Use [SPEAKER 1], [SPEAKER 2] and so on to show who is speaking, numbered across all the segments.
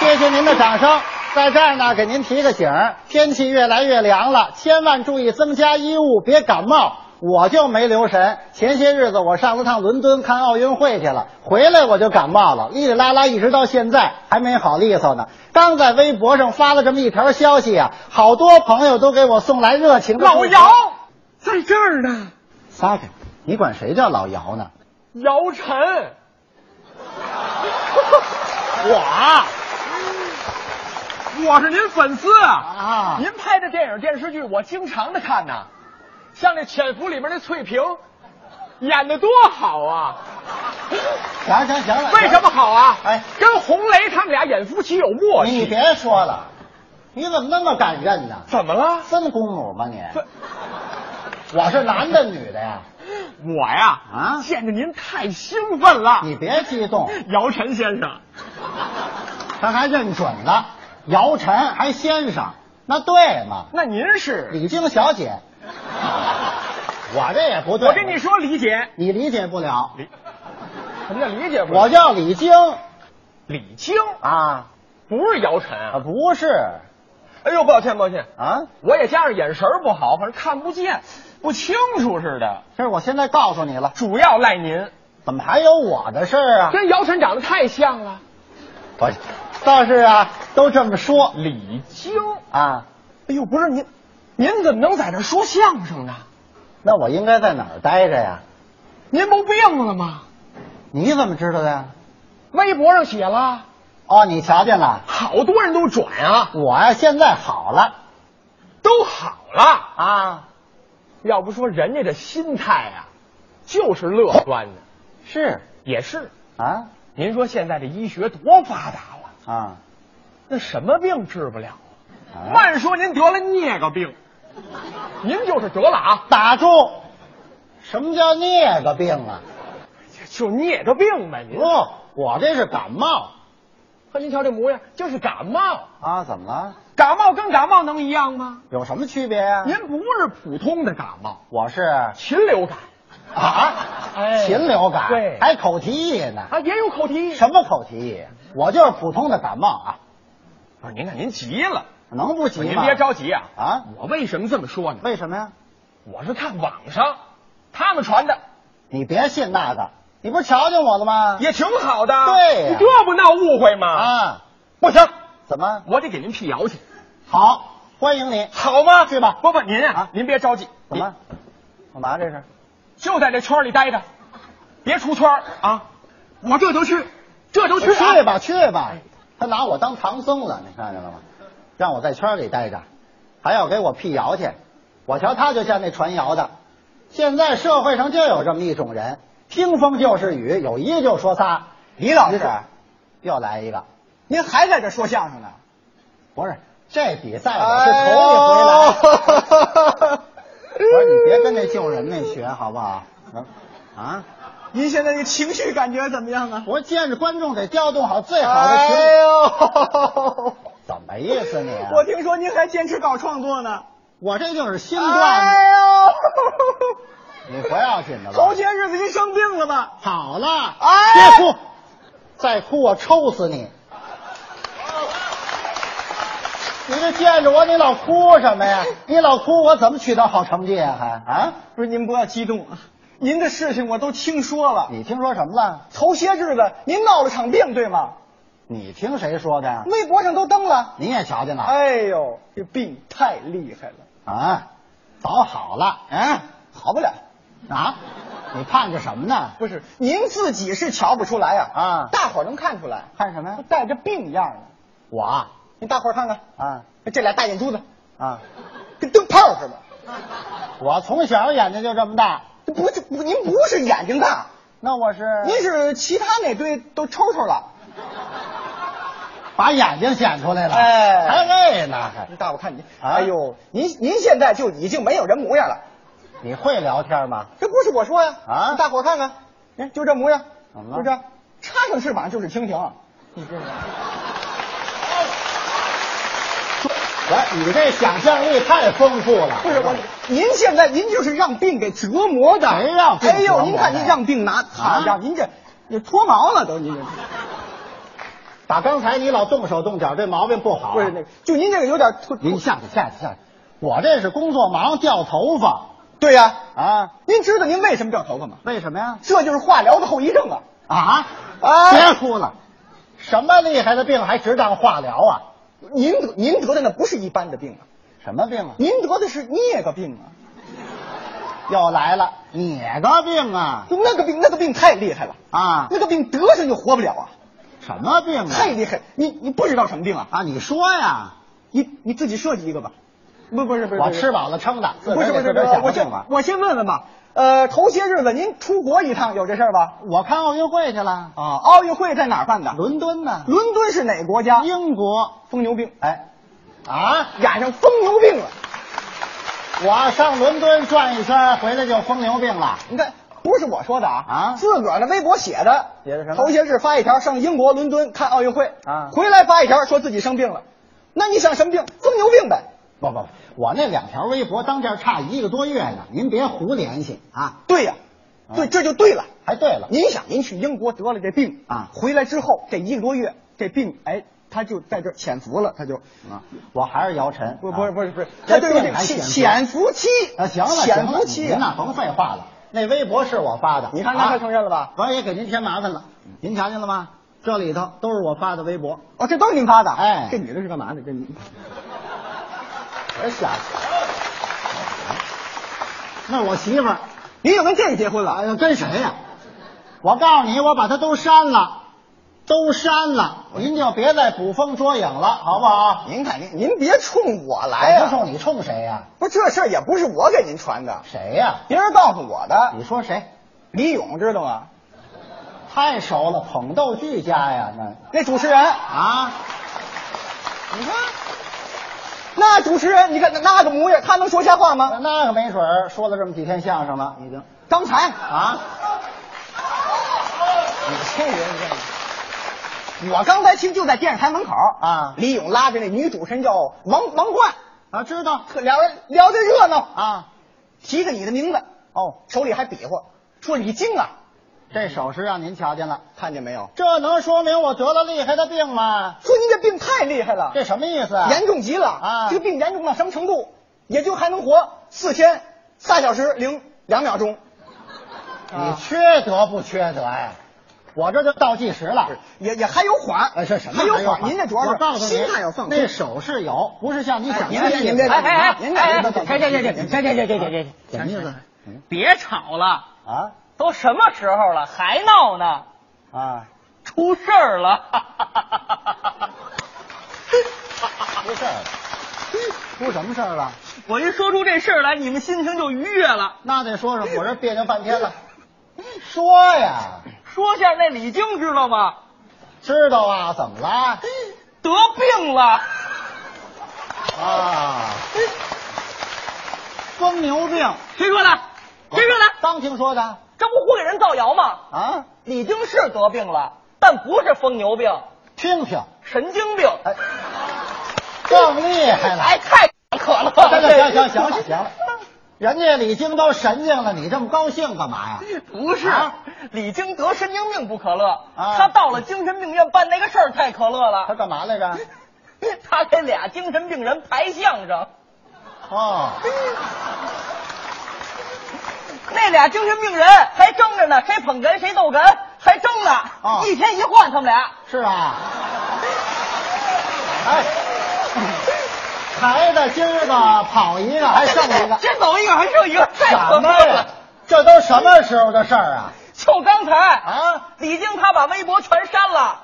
[SPEAKER 1] 谢谢您的掌声。在这儿呢，给您提个醒儿，天气越来越凉了，千万注意增加衣物，别感冒。我就没留神，前些日子我上了趟伦敦看奥运会去了，回来我就感冒了，哩哩啦啦一直到现在还没好利索呢。刚在微博上发了这么一条消息啊，好多朋友都给我送来热情的祝福
[SPEAKER 2] 老姚在这儿呢，
[SPEAKER 1] 撒开，你管谁叫老姚呢？
[SPEAKER 2] 姚晨，
[SPEAKER 1] 我啊
[SPEAKER 2] 我是您粉丝啊，
[SPEAKER 1] 啊，
[SPEAKER 2] 您拍的电影电视剧我经常的看呐，像那《潜伏》里面那翠萍，演的多好啊！
[SPEAKER 1] 行行行了，
[SPEAKER 2] 为什么好啊？
[SPEAKER 1] 哎
[SPEAKER 2] 跟红雷他们俩演夫妻有默
[SPEAKER 1] 你
[SPEAKER 2] 契。
[SPEAKER 1] 别说了，你怎么那么敢认呢？
[SPEAKER 2] 怎么了？
[SPEAKER 1] 分公母吗你？
[SPEAKER 2] 分
[SPEAKER 1] 我是男的女的呀？
[SPEAKER 2] 我呀，
[SPEAKER 1] 啊
[SPEAKER 2] 见着您太兴奋了。
[SPEAKER 1] 你别激动，
[SPEAKER 2] 姚晨先生，
[SPEAKER 1] 他还认准了，姚晨还先生，那对吗？
[SPEAKER 2] 那您是？
[SPEAKER 1] 李菁小姐，我这也不对。
[SPEAKER 2] 我跟你，说，李姐，
[SPEAKER 1] 你理解不了，
[SPEAKER 2] 什么叫理解不了？
[SPEAKER 1] 我叫李菁
[SPEAKER 2] 李菁
[SPEAKER 1] 啊，
[SPEAKER 2] 不是姚晨啊
[SPEAKER 1] 啊！不是
[SPEAKER 2] 哎呦，抱歉抱歉，
[SPEAKER 1] 啊，
[SPEAKER 2] 我也加上眼神儿不好，反正看不见，不清楚似的。
[SPEAKER 1] 这是我现在告诉你了，
[SPEAKER 2] 主要赖您，啊
[SPEAKER 1] 怎么还有我的事儿啊？
[SPEAKER 2] 跟姚晨长得太像了。
[SPEAKER 1] 我倒是啊，都这么说
[SPEAKER 2] 李菁，
[SPEAKER 1] 啊，
[SPEAKER 2] 哎呦，不是您，您怎么能在这儿说相声呢？
[SPEAKER 1] 那我应该在哪儿待着呀？
[SPEAKER 2] 您不病了吗？
[SPEAKER 1] 你怎么知道的呀？
[SPEAKER 2] 微博上写了，
[SPEAKER 1] 哦，你瞧见了，
[SPEAKER 2] 好多人都转啊，
[SPEAKER 1] 我呀、现在好了
[SPEAKER 2] 都好了。
[SPEAKER 1] 啊，
[SPEAKER 2] 要不说人家这心态啊，就是乐观的，
[SPEAKER 1] 是
[SPEAKER 2] 也是。
[SPEAKER 1] 啊
[SPEAKER 2] 您说现在这医学多发达了，
[SPEAKER 1] 啊
[SPEAKER 2] 那什么病治不了？
[SPEAKER 1] 啊
[SPEAKER 2] 慢说您得了颞个病，您就是得了啊，
[SPEAKER 1] 打住！什么叫颞个病啊？
[SPEAKER 2] 就颞个病呗。您
[SPEAKER 1] 不、我这是感冒
[SPEAKER 2] 看您瞧这模样，就是感冒，
[SPEAKER 1] 啊？怎么了？
[SPEAKER 2] 感冒跟感冒能一样吗？
[SPEAKER 1] 有什么区别呀、
[SPEAKER 2] 您不是普通的感冒，
[SPEAKER 1] 我是
[SPEAKER 2] 禽流感
[SPEAKER 1] 啊，
[SPEAKER 2] 哎
[SPEAKER 1] 禽流感，
[SPEAKER 2] 对
[SPEAKER 1] 还口蹄疫呢？
[SPEAKER 2] 啊，也有口蹄疫。
[SPEAKER 1] 什么口蹄疫？我就是普通的感冒啊，
[SPEAKER 2] 不是，您看您急了，
[SPEAKER 1] 能不急
[SPEAKER 2] 您
[SPEAKER 1] 吗？
[SPEAKER 2] 别着急啊。
[SPEAKER 1] 啊
[SPEAKER 2] 我为什么这么说呢？
[SPEAKER 1] 为什么呀？
[SPEAKER 2] 我是看网上他们传的，
[SPEAKER 1] 你别信那个，你不是瞧见我了吗？
[SPEAKER 2] 也挺好的。
[SPEAKER 1] 对呀
[SPEAKER 2] 你这不闹误会吗？，
[SPEAKER 1] 啊，
[SPEAKER 2] 不行，
[SPEAKER 1] 怎么
[SPEAKER 2] 我得给您辟谣去，
[SPEAKER 1] 好？欢迎你，
[SPEAKER 2] 好吗？
[SPEAKER 1] 去吧
[SPEAKER 2] 不不，您啊
[SPEAKER 1] 啊，
[SPEAKER 2] 您别着急，
[SPEAKER 1] 怎么？干嘛这是？
[SPEAKER 2] 就在这圈里待着，别出圈儿啊！我这就去，这就去、
[SPEAKER 1] 去，吧，去吧。他拿我当唐僧了，你看见了吗？让我在圈里待着，还要给我辟谣去。我瞧他就像那传谣的。现在社会上就有这么一种人，听风就是雨，有一个就说仨。李老师，又来一个，
[SPEAKER 3] 您还在这说相声呢？
[SPEAKER 1] 不是这比赛我是头一回来。不是你别跟那救人那学好不好？嗯啊，
[SPEAKER 3] 您现在这情绪感觉怎么样啊？
[SPEAKER 1] 我见着观众得调动好最好的情绪。
[SPEAKER 3] 哎呦，
[SPEAKER 1] 怎么意思你、啊
[SPEAKER 3] 我听说您还坚持搞创作呢。
[SPEAKER 1] 我这就是新段子。
[SPEAKER 3] 哎呦，
[SPEAKER 1] 你不要紧的吧？
[SPEAKER 3] 头些日子您生病了吧？
[SPEAKER 1] 好了，
[SPEAKER 3] 哎
[SPEAKER 1] 别哭，再哭我抽死你！你这见着我你老哭什么呀？你老哭我怎么取得好成绩呀？还啊？
[SPEAKER 3] 不是，您不要激动啊，您的事情我都听说了。
[SPEAKER 1] 你听说什么了？
[SPEAKER 3] 头些日子您闹了场病，对吗？
[SPEAKER 1] 你听谁说的呀？
[SPEAKER 3] 微博上都登了。
[SPEAKER 1] 你也瞧见了
[SPEAKER 3] 哎呦，这病太厉害了，
[SPEAKER 1] 啊？早好了，嗯
[SPEAKER 3] 好不了。
[SPEAKER 1] 啊？你盼着什么呢？
[SPEAKER 3] 不是，您自己是瞧不出来呀、
[SPEAKER 1] 啊
[SPEAKER 3] 大伙儿能看出来，
[SPEAKER 1] 看什么呀
[SPEAKER 3] 都？带着病样呢。
[SPEAKER 1] 我啊
[SPEAKER 3] 您大伙儿看看，
[SPEAKER 1] 啊
[SPEAKER 3] 这俩大眼珠子
[SPEAKER 1] 啊！
[SPEAKER 3] 跟灯泡似的。
[SPEAKER 1] 我从小眼睛就这么大，
[SPEAKER 3] 这不是不，您不是眼睛大，
[SPEAKER 1] 那我是
[SPEAKER 3] 您是其他哪堆都抽抽了。
[SPEAKER 1] 把眼睛显出来了，
[SPEAKER 3] 哎
[SPEAKER 1] 还喂呢还。
[SPEAKER 3] 您大伙看您，
[SPEAKER 1] 啊
[SPEAKER 3] 哎呦，您您现在就已经没有人模样了。
[SPEAKER 1] 你会聊天吗？
[SPEAKER 3] 这不是我说呀，
[SPEAKER 1] 啊
[SPEAKER 3] 你大伙看看，您就这模样，
[SPEAKER 1] 怎么了
[SPEAKER 3] 就这样，插上翅膀就是蜻蜓。你知道吗？
[SPEAKER 1] 来，你这想象力太丰富了。
[SPEAKER 3] 不是我，您现在您就是让病给折磨的。
[SPEAKER 1] 谁让病
[SPEAKER 3] 哎
[SPEAKER 1] 折磨
[SPEAKER 3] 呦，
[SPEAKER 1] 的
[SPEAKER 3] 您看您让病拿
[SPEAKER 1] 啊
[SPEAKER 3] 躺着，您这你脱毛了都，您这。
[SPEAKER 1] 打刚才你老动手动脚，这毛病不好啊、
[SPEAKER 3] 不是那个，就您这个有点突。
[SPEAKER 1] 您下去下去下去，我这是工作忙掉头发
[SPEAKER 3] 对呀、
[SPEAKER 1] 啊？
[SPEAKER 3] 您知道您为什么掉头发吗？
[SPEAKER 1] 为什么呀？
[SPEAKER 3] 这就是化疗的后遗症啊！
[SPEAKER 1] 啊
[SPEAKER 3] 啊
[SPEAKER 1] 别哭了，什么厉害的病还值当化疗啊？
[SPEAKER 3] 您得您得的那不是一般的病啊，
[SPEAKER 1] 什么病啊？
[SPEAKER 3] 您得的是那个病啊，
[SPEAKER 1] 又来了，哪个病啊？
[SPEAKER 3] 就那个病那个病太厉害了
[SPEAKER 1] 啊，
[SPEAKER 3] 那个病得上就活不了啊，
[SPEAKER 1] 什么病啊？
[SPEAKER 3] 太厉害！你你不知道什么病啊？
[SPEAKER 1] 啊，你说呀，
[SPEAKER 3] 你你自己设计一个吧。不不是不是，
[SPEAKER 1] 我
[SPEAKER 3] 不是
[SPEAKER 1] 吃饱了撑的，
[SPEAKER 3] 不是不是不是，我
[SPEAKER 1] 我
[SPEAKER 3] 先
[SPEAKER 1] 病吧。
[SPEAKER 3] 我先问问吧。呃，头些日子您出国一趟有这事儿吧？
[SPEAKER 1] 我看奥运会去了，
[SPEAKER 3] 啊，奥运会在哪儿办的？
[SPEAKER 1] 伦敦呢，
[SPEAKER 3] 伦敦是哪个国家？
[SPEAKER 1] 英国。
[SPEAKER 3] 疯牛病，
[SPEAKER 1] 哎，啊，
[SPEAKER 3] 赶上疯牛病啊了。
[SPEAKER 1] 我上伦敦转一圈，回来就疯牛病了。
[SPEAKER 3] 你看，不是我说的啊，
[SPEAKER 1] 啊
[SPEAKER 3] 自个儿的微博写的，
[SPEAKER 1] 写的什么
[SPEAKER 3] 头些日发一条上英国伦敦看奥运会
[SPEAKER 1] 啊
[SPEAKER 3] 回来发一条说自己生病了。那你想什么病？疯牛病呗。
[SPEAKER 1] 不不不，我那两条微博当这儿差一个多月呢，您别胡联系啊。
[SPEAKER 3] 对呀、
[SPEAKER 1] 啊
[SPEAKER 3] 对，这就对了。
[SPEAKER 1] 还对了，
[SPEAKER 3] 您想，您去英国得了这病
[SPEAKER 1] 啊
[SPEAKER 3] 回来之后这一个多月，这病哎，他就在这儿潜伏了，他就
[SPEAKER 1] 啊，我还是姚晨。
[SPEAKER 3] 不不是不是不是，他
[SPEAKER 1] 啊这
[SPEAKER 3] 对不对
[SPEAKER 1] 病？还
[SPEAKER 3] 潜
[SPEAKER 1] 显
[SPEAKER 3] 潜伏期
[SPEAKER 1] 啊，行了，
[SPEAKER 3] 潜
[SPEAKER 1] 行
[SPEAKER 3] 伏
[SPEAKER 1] 了
[SPEAKER 3] 期啊
[SPEAKER 1] 您呐，甭废话了。那微博是我发的，
[SPEAKER 3] 你看那他承认了吧
[SPEAKER 1] 啊我也给您添麻烦了，
[SPEAKER 3] 嗯
[SPEAKER 1] 您瞧见了吗？这里头都是我发的微博，
[SPEAKER 3] 哦，这都是您发的？
[SPEAKER 1] 哎
[SPEAKER 3] 这女的是干嘛的？这女
[SPEAKER 1] 我瞎那我媳妇儿，
[SPEAKER 3] 您又跟这个结婚了？
[SPEAKER 1] 哎呀，跟谁呀、我告诉你，我把他都删了，都删了，您就别再捕风捉影了，好不好？
[SPEAKER 3] 您看您，您别冲我来
[SPEAKER 1] 我
[SPEAKER 3] 呀、
[SPEAKER 1] 不冲你，嗯冲谁呀、
[SPEAKER 3] 不是这事儿也不是我给您传的，
[SPEAKER 1] 谁呀、
[SPEAKER 3] 别人告诉我的。
[SPEAKER 1] 你说谁？
[SPEAKER 3] 李咏知道吗？
[SPEAKER 1] 太熟了，捧逗俱佳呀，那
[SPEAKER 3] 那主持人，
[SPEAKER 1] 嗯啊，
[SPEAKER 3] 你看，那主持人，你看那那个模样，他能说瞎话吗？
[SPEAKER 1] 那个没准儿说了这么几天相声了，已经
[SPEAKER 3] 刚才
[SPEAKER 1] 啊。
[SPEAKER 3] 你这人这个，我刚才其实就在电视台门口
[SPEAKER 1] 啊
[SPEAKER 3] 李咏拉着那女主持人叫王王冠，
[SPEAKER 1] 啊，知道
[SPEAKER 3] 可俩人聊得热闹，
[SPEAKER 1] 啊，
[SPEAKER 3] 提着你的名字，
[SPEAKER 1] 哦，
[SPEAKER 3] 手里还比划，说李菁啊，
[SPEAKER 1] 这手势让您瞧见了，
[SPEAKER 3] 看见没有？
[SPEAKER 1] 这能说明我得了厉害的病吗？
[SPEAKER 3] 说您这病太厉害了，
[SPEAKER 1] 这什么意思啊？
[SPEAKER 3] 严重极了
[SPEAKER 1] 啊
[SPEAKER 3] 这个病严重到什么程度？也就还能活四天三小时零两秒钟。
[SPEAKER 1] 你
[SPEAKER 3] 啊
[SPEAKER 1] 缺德不缺德呀？我这就倒计时了。
[SPEAKER 3] 也也还有缓，
[SPEAKER 1] 哎，是什么
[SPEAKER 3] 还有
[SPEAKER 1] 玩意儿
[SPEAKER 3] 缓？您这主要
[SPEAKER 1] 我告
[SPEAKER 3] 是
[SPEAKER 1] 诉你
[SPEAKER 3] 心态要放松
[SPEAKER 1] 那。手势有，不是像你想
[SPEAKER 3] 您
[SPEAKER 1] 的
[SPEAKER 3] 这
[SPEAKER 1] 那
[SPEAKER 3] 您
[SPEAKER 1] 意
[SPEAKER 3] 这
[SPEAKER 1] 思
[SPEAKER 2] 哎哎
[SPEAKER 3] 您这
[SPEAKER 2] 哎哎
[SPEAKER 3] 您这
[SPEAKER 2] 哎，这这这这这这这这这
[SPEAKER 1] 什么意思？嗯
[SPEAKER 4] 别吵了，
[SPEAKER 1] 啊
[SPEAKER 4] 都什么时候了还闹呢？
[SPEAKER 1] 啊，
[SPEAKER 4] 出事儿了！
[SPEAKER 1] 出事儿了，出什么事儿了？
[SPEAKER 4] 我一说出这事儿来，你们心情就愉悦了。
[SPEAKER 1] 那得说说，我这别扭半天了。说呀，
[SPEAKER 4] 说下那李菁知道吗？
[SPEAKER 1] 知道啊？怎么了？
[SPEAKER 4] 得病了，
[SPEAKER 1] 啊，疯牛病，
[SPEAKER 4] 谁说的？谁说的？
[SPEAKER 1] 刚听说的
[SPEAKER 4] 这不胡给人造谣吗？
[SPEAKER 1] 啊，
[SPEAKER 4] 李菁是得病了，但不是疯牛病，
[SPEAKER 1] 听听，
[SPEAKER 4] 神经病。
[SPEAKER 1] 哎，更厉害了。
[SPEAKER 4] 哎，太可了！
[SPEAKER 1] 行行行行了行了，人家李菁都神经了，你这么高兴干嘛呀？
[SPEAKER 4] 不是
[SPEAKER 1] 啊，
[SPEAKER 4] 李菁得神经病不可乐，
[SPEAKER 1] 啊
[SPEAKER 4] 他到了精神病院办那个事儿太可乐了
[SPEAKER 1] 他。干嘛来着？
[SPEAKER 4] 他给俩精神病人排相声，
[SPEAKER 1] 哦，
[SPEAKER 4] 那俩精神病人还争着呢，谁捧哏谁逗哏，还争呢，
[SPEAKER 1] 哦
[SPEAKER 4] 一天一换他们俩。
[SPEAKER 1] 是吧？哎，孩子今儿个跑一个，还剩一 个，
[SPEAKER 4] 这走一个还剩一个，太
[SPEAKER 1] 什
[SPEAKER 4] 可乐
[SPEAKER 1] 么呀
[SPEAKER 4] 了。？
[SPEAKER 1] 这都什么时候的事儿啊？
[SPEAKER 4] 就刚才
[SPEAKER 1] 啊，
[SPEAKER 4] 李菁他把微博全删了，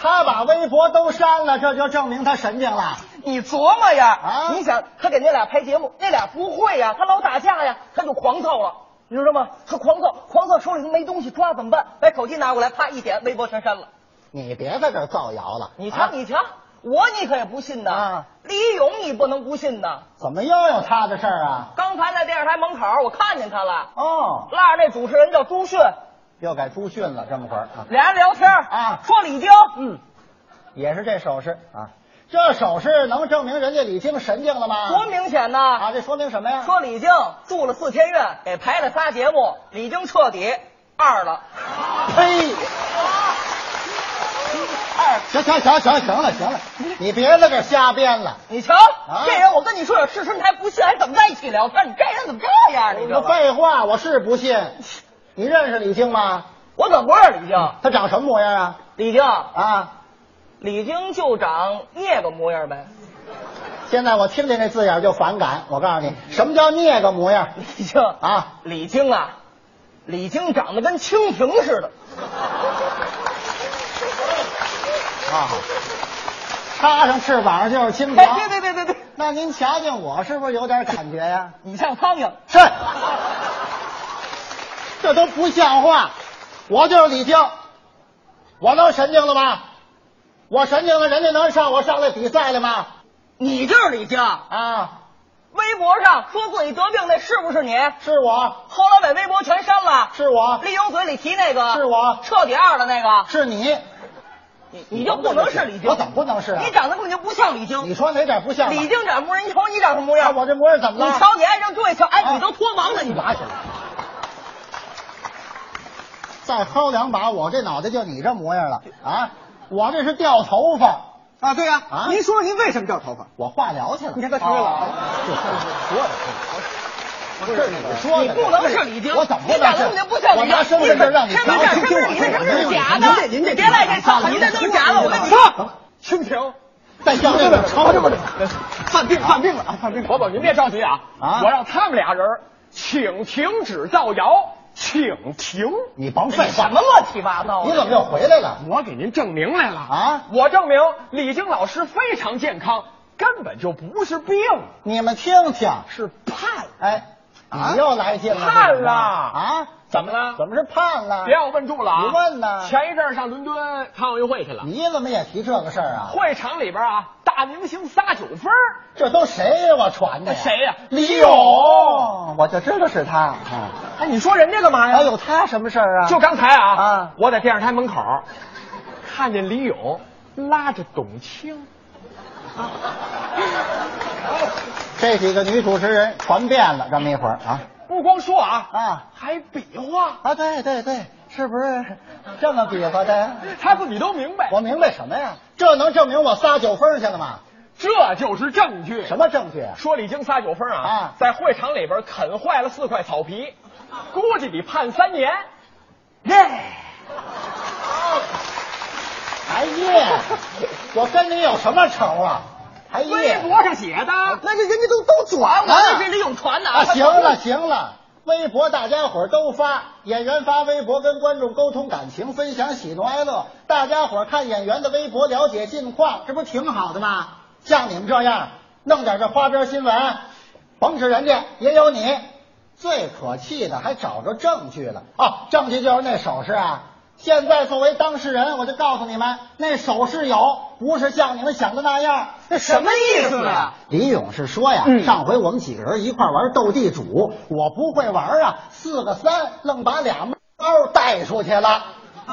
[SPEAKER 1] 他把微博都删了，这就证明他神经了。
[SPEAKER 4] 你琢磨呀，
[SPEAKER 1] 啊
[SPEAKER 4] 你想他给那俩拍节目，那俩不会呀，他老打架呀，他就狂躁了。你知道吗？他狂躁，狂躁手里头没东西抓怎么办？把手机拿过来，啪一点，微博全删了。
[SPEAKER 1] 你别在这儿造谣了。
[SPEAKER 4] 你
[SPEAKER 1] 啊
[SPEAKER 4] 瞧，你瞧，我你可也不信呐！
[SPEAKER 1] 啊
[SPEAKER 4] 李勇你不能不信呐！
[SPEAKER 1] 怎么又有他的事儿啊？
[SPEAKER 4] 刚才在电视台门口我看见他了，
[SPEAKER 1] 哦，
[SPEAKER 4] 拉着那主持人叫朱迅，
[SPEAKER 1] 又改朱迅了，这么会儿啊，
[SPEAKER 4] 俩人聊天儿
[SPEAKER 1] 啊
[SPEAKER 4] 说李菁，嗯，
[SPEAKER 1] 也是这手势啊，这手势能证明人家李菁神经了吗？
[SPEAKER 4] 多明显呐！
[SPEAKER 1] 啊，这说明什么呀？
[SPEAKER 4] 说李菁住了四天院，给排了仨节目，李菁彻底二了。
[SPEAKER 1] 呸！
[SPEAKER 4] 二，
[SPEAKER 1] 哎行行行行行了行了，你别在这儿瞎编了。
[SPEAKER 4] 你瞧、
[SPEAKER 1] 啊
[SPEAKER 4] 这人，我跟你说有事春台不信，还怎么在一起聊天？你这人怎么这样呢？
[SPEAKER 1] 你
[SPEAKER 4] 你知
[SPEAKER 1] 不
[SPEAKER 4] 道吗？
[SPEAKER 1] 废话，我是不信。你认识李菁吗？
[SPEAKER 4] 我怎么不认识李菁？
[SPEAKER 1] 他长什么模样啊？
[SPEAKER 4] 李菁，
[SPEAKER 1] 啊！
[SPEAKER 4] 李菁就长那个模样呗。
[SPEAKER 1] 现在我听见这字眼就反感。我告诉你，什么叫那个模样
[SPEAKER 4] 李菁
[SPEAKER 1] 啊？
[SPEAKER 4] 李菁啊，李菁长得跟蜻蜓似的。
[SPEAKER 1] 啊，插上翅膀就是蜻蜓。
[SPEAKER 4] 哎，别别别别别，
[SPEAKER 1] 那您瞧见我是不是有点感觉呀、
[SPEAKER 4] 你像苍蝇。
[SPEAKER 1] 是， 这都不像话。我就是李菁，我能神经了吗？我神经了，人家能上我上来比赛了吗？
[SPEAKER 4] 你就是李菁，
[SPEAKER 1] 啊，
[SPEAKER 4] 微博上说自己得病那是不是你？
[SPEAKER 1] 是我，
[SPEAKER 4] 后来把微博全删了。
[SPEAKER 1] 是我，
[SPEAKER 4] 丽英嘴里提那个
[SPEAKER 1] 是我，
[SPEAKER 4] 彻底二的那个，
[SPEAKER 1] 是你。
[SPEAKER 4] 你你就不能是李菁？
[SPEAKER 1] 我怎么不能是啊
[SPEAKER 4] 你长得根本就不像李菁。
[SPEAKER 1] 你说哪点不像吧？
[SPEAKER 4] 李菁长模样，你瞅你长什么模
[SPEAKER 1] 哎，
[SPEAKER 4] 样？
[SPEAKER 1] 我这模样怎么
[SPEAKER 4] 你
[SPEAKER 1] 了？
[SPEAKER 4] 瞧你挨着对瞧，哎，
[SPEAKER 1] 啊
[SPEAKER 4] 你都脱盲了，你
[SPEAKER 1] 拔起来。再薅两把，我这脑袋就你这模样了啊！我这是掉头发，
[SPEAKER 3] 啊，对呀、
[SPEAKER 1] 啊
[SPEAKER 3] 您说说您为什么掉头发？
[SPEAKER 1] 我化疗去了。
[SPEAKER 3] 你看他吹了啊
[SPEAKER 1] 啊这是说的，这是你说
[SPEAKER 4] 你
[SPEAKER 1] 的，
[SPEAKER 4] 不能是李菁，
[SPEAKER 1] 我怎么不
[SPEAKER 4] 你
[SPEAKER 1] 能
[SPEAKER 4] 长
[SPEAKER 1] 是
[SPEAKER 4] 得你就不像
[SPEAKER 1] 我
[SPEAKER 4] 李
[SPEAKER 1] 拿
[SPEAKER 4] 菁，
[SPEAKER 1] 身份证让你
[SPEAKER 4] 身份
[SPEAKER 1] 瞧
[SPEAKER 4] 证，身份证，你那身份证是假的，
[SPEAKER 3] 您这
[SPEAKER 4] 别赖这套，你这都是假的，我跟你说，
[SPEAKER 2] 蜻蜓，
[SPEAKER 1] 再像这个超这么
[SPEAKER 3] 犯病犯病了啊，犯病了！
[SPEAKER 2] 伯伯您别着急啊，
[SPEAKER 1] 啊
[SPEAKER 2] 我让他们俩人儿请停止造谣，请停。
[SPEAKER 1] 你甭废
[SPEAKER 4] 什
[SPEAKER 1] 话，
[SPEAKER 4] 么乱七八糟
[SPEAKER 1] 你
[SPEAKER 4] 的？
[SPEAKER 1] 怎么又回来了
[SPEAKER 2] 我给您证明来了啊！
[SPEAKER 1] 啊？
[SPEAKER 2] 我证明李菁老师非常健康，根本就不是病，
[SPEAKER 1] 你们听听，
[SPEAKER 2] 是盼。
[SPEAKER 1] 哎，
[SPEAKER 2] 啊
[SPEAKER 1] 你又来劲了，
[SPEAKER 2] 判
[SPEAKER 1] 这个
[SPEAKER 2] 了
[SPEAKER 1] 啊？
[SPEAKER 2] 怎么了
[SPEAKER 1] 怎么是判了？
[SPEAKER 2] 别让我问嗯住了啊！
[SPEAKER 1] 你问呢
[SPEAKER 2] 前一阵儿上伦敦看奥运会去了，
[SPEAKER 1] 你怎么也提这个事儿啊？
[SPEAKER 2] 会场里边啊，大明星撒酒疯儿，
[SPEAKER 1] 这都谁呀？我传的呀？
[SPEAKER 2] 谁呀
[SPEAKER 1] 李
[SPEAKER 2] 李
[SPEAKER 1] 勇
[SPEAKER 2] 勇，
[SPEAKER 1] 我就知道是他。啊
[SPEAKER 2] 哎，你说人家干嘛
[SPEAKER 1] 还有他什么事儿啊？
[SPEAKER 2] 就刚才啊，
[SPEAKER 1] 啊
[SPEAKER 2] 我在电视台门口看见李勇拉着董卿，
[SPEAKER 1] 这几个女主持人传遍了，这么一会儿啊
[SPEAKER 2] 不光说啊，
[SPEAKER 1] 啊
[SPEAKER 2] 还比划，
[SPEAKER 1] 啊！对对对，是不是这么比划的呀？
[SPEAKER 2] 他自己都明白，
[SPEAKER 1] 我明白什么呀？这能证明我撒酒疯去了吗？
[SPEAKER 2] 这就是证据。
[SPEAKER 1] 什么证据？
[SPEAKER 2] 说李菁撒酒疯啊，
[SPEAKER 1] 啊
[SPEAKER 2] 在会场里边啃坏了四块草皮，估计得判三年。
[SPEAKER 1] 耶！哎耶！我跟你有什么仇啊？哎
[SPEAKER 2] 微
[SPEAKER 1] 耶！
[SPEAKER 2] 博上写的，
[SPEAKER 3] 那这人家都都卷
[SPEAKER 4] 啊，
[SPEAKER 3] 了，
[SPEAKER 4] 我这是李永传的
[SPEAKER 1] 啊，行了行了，微博大家伙儿都发，演员发微博跟观众沟通感情，分享喜怒哀乐，大家伙儿看演员的微博了解近况，这不挺好的吗？像你们这样弄点这花边新闻，甭指人家，也有你。最可气的还找着证据了啊！证据就是那首饰啊！现在作为当事人，我就告诉你们，那首饰有，不是像你们想的那样。那
[SPEAKER 4] 什么意思啊？嗯
[SPEAKER 1] 李勇是说呀，上回我们几个人一块玩斗地主，我不会玩啊，四个三愣把俩猫带出去了。什
[SPEAKER 4] 哦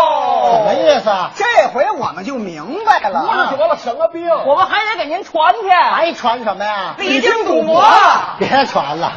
[SPEAKER 1] 哦么意思啊？
[SPEAKER 3] 哦这回我们就明白了
[SPEAKER 2] 不是
[SPEAKER 3] 啊。
[SPEAKER 2] 得了什么病？
[SPEAKER 1] 哎
[SPEAKER 4] 我们还得给您传去。
[SPEAKER 1] 还传什么呀？
[SPEAKER 4] 李菁赌博
[SPEAKER 1] 别传了，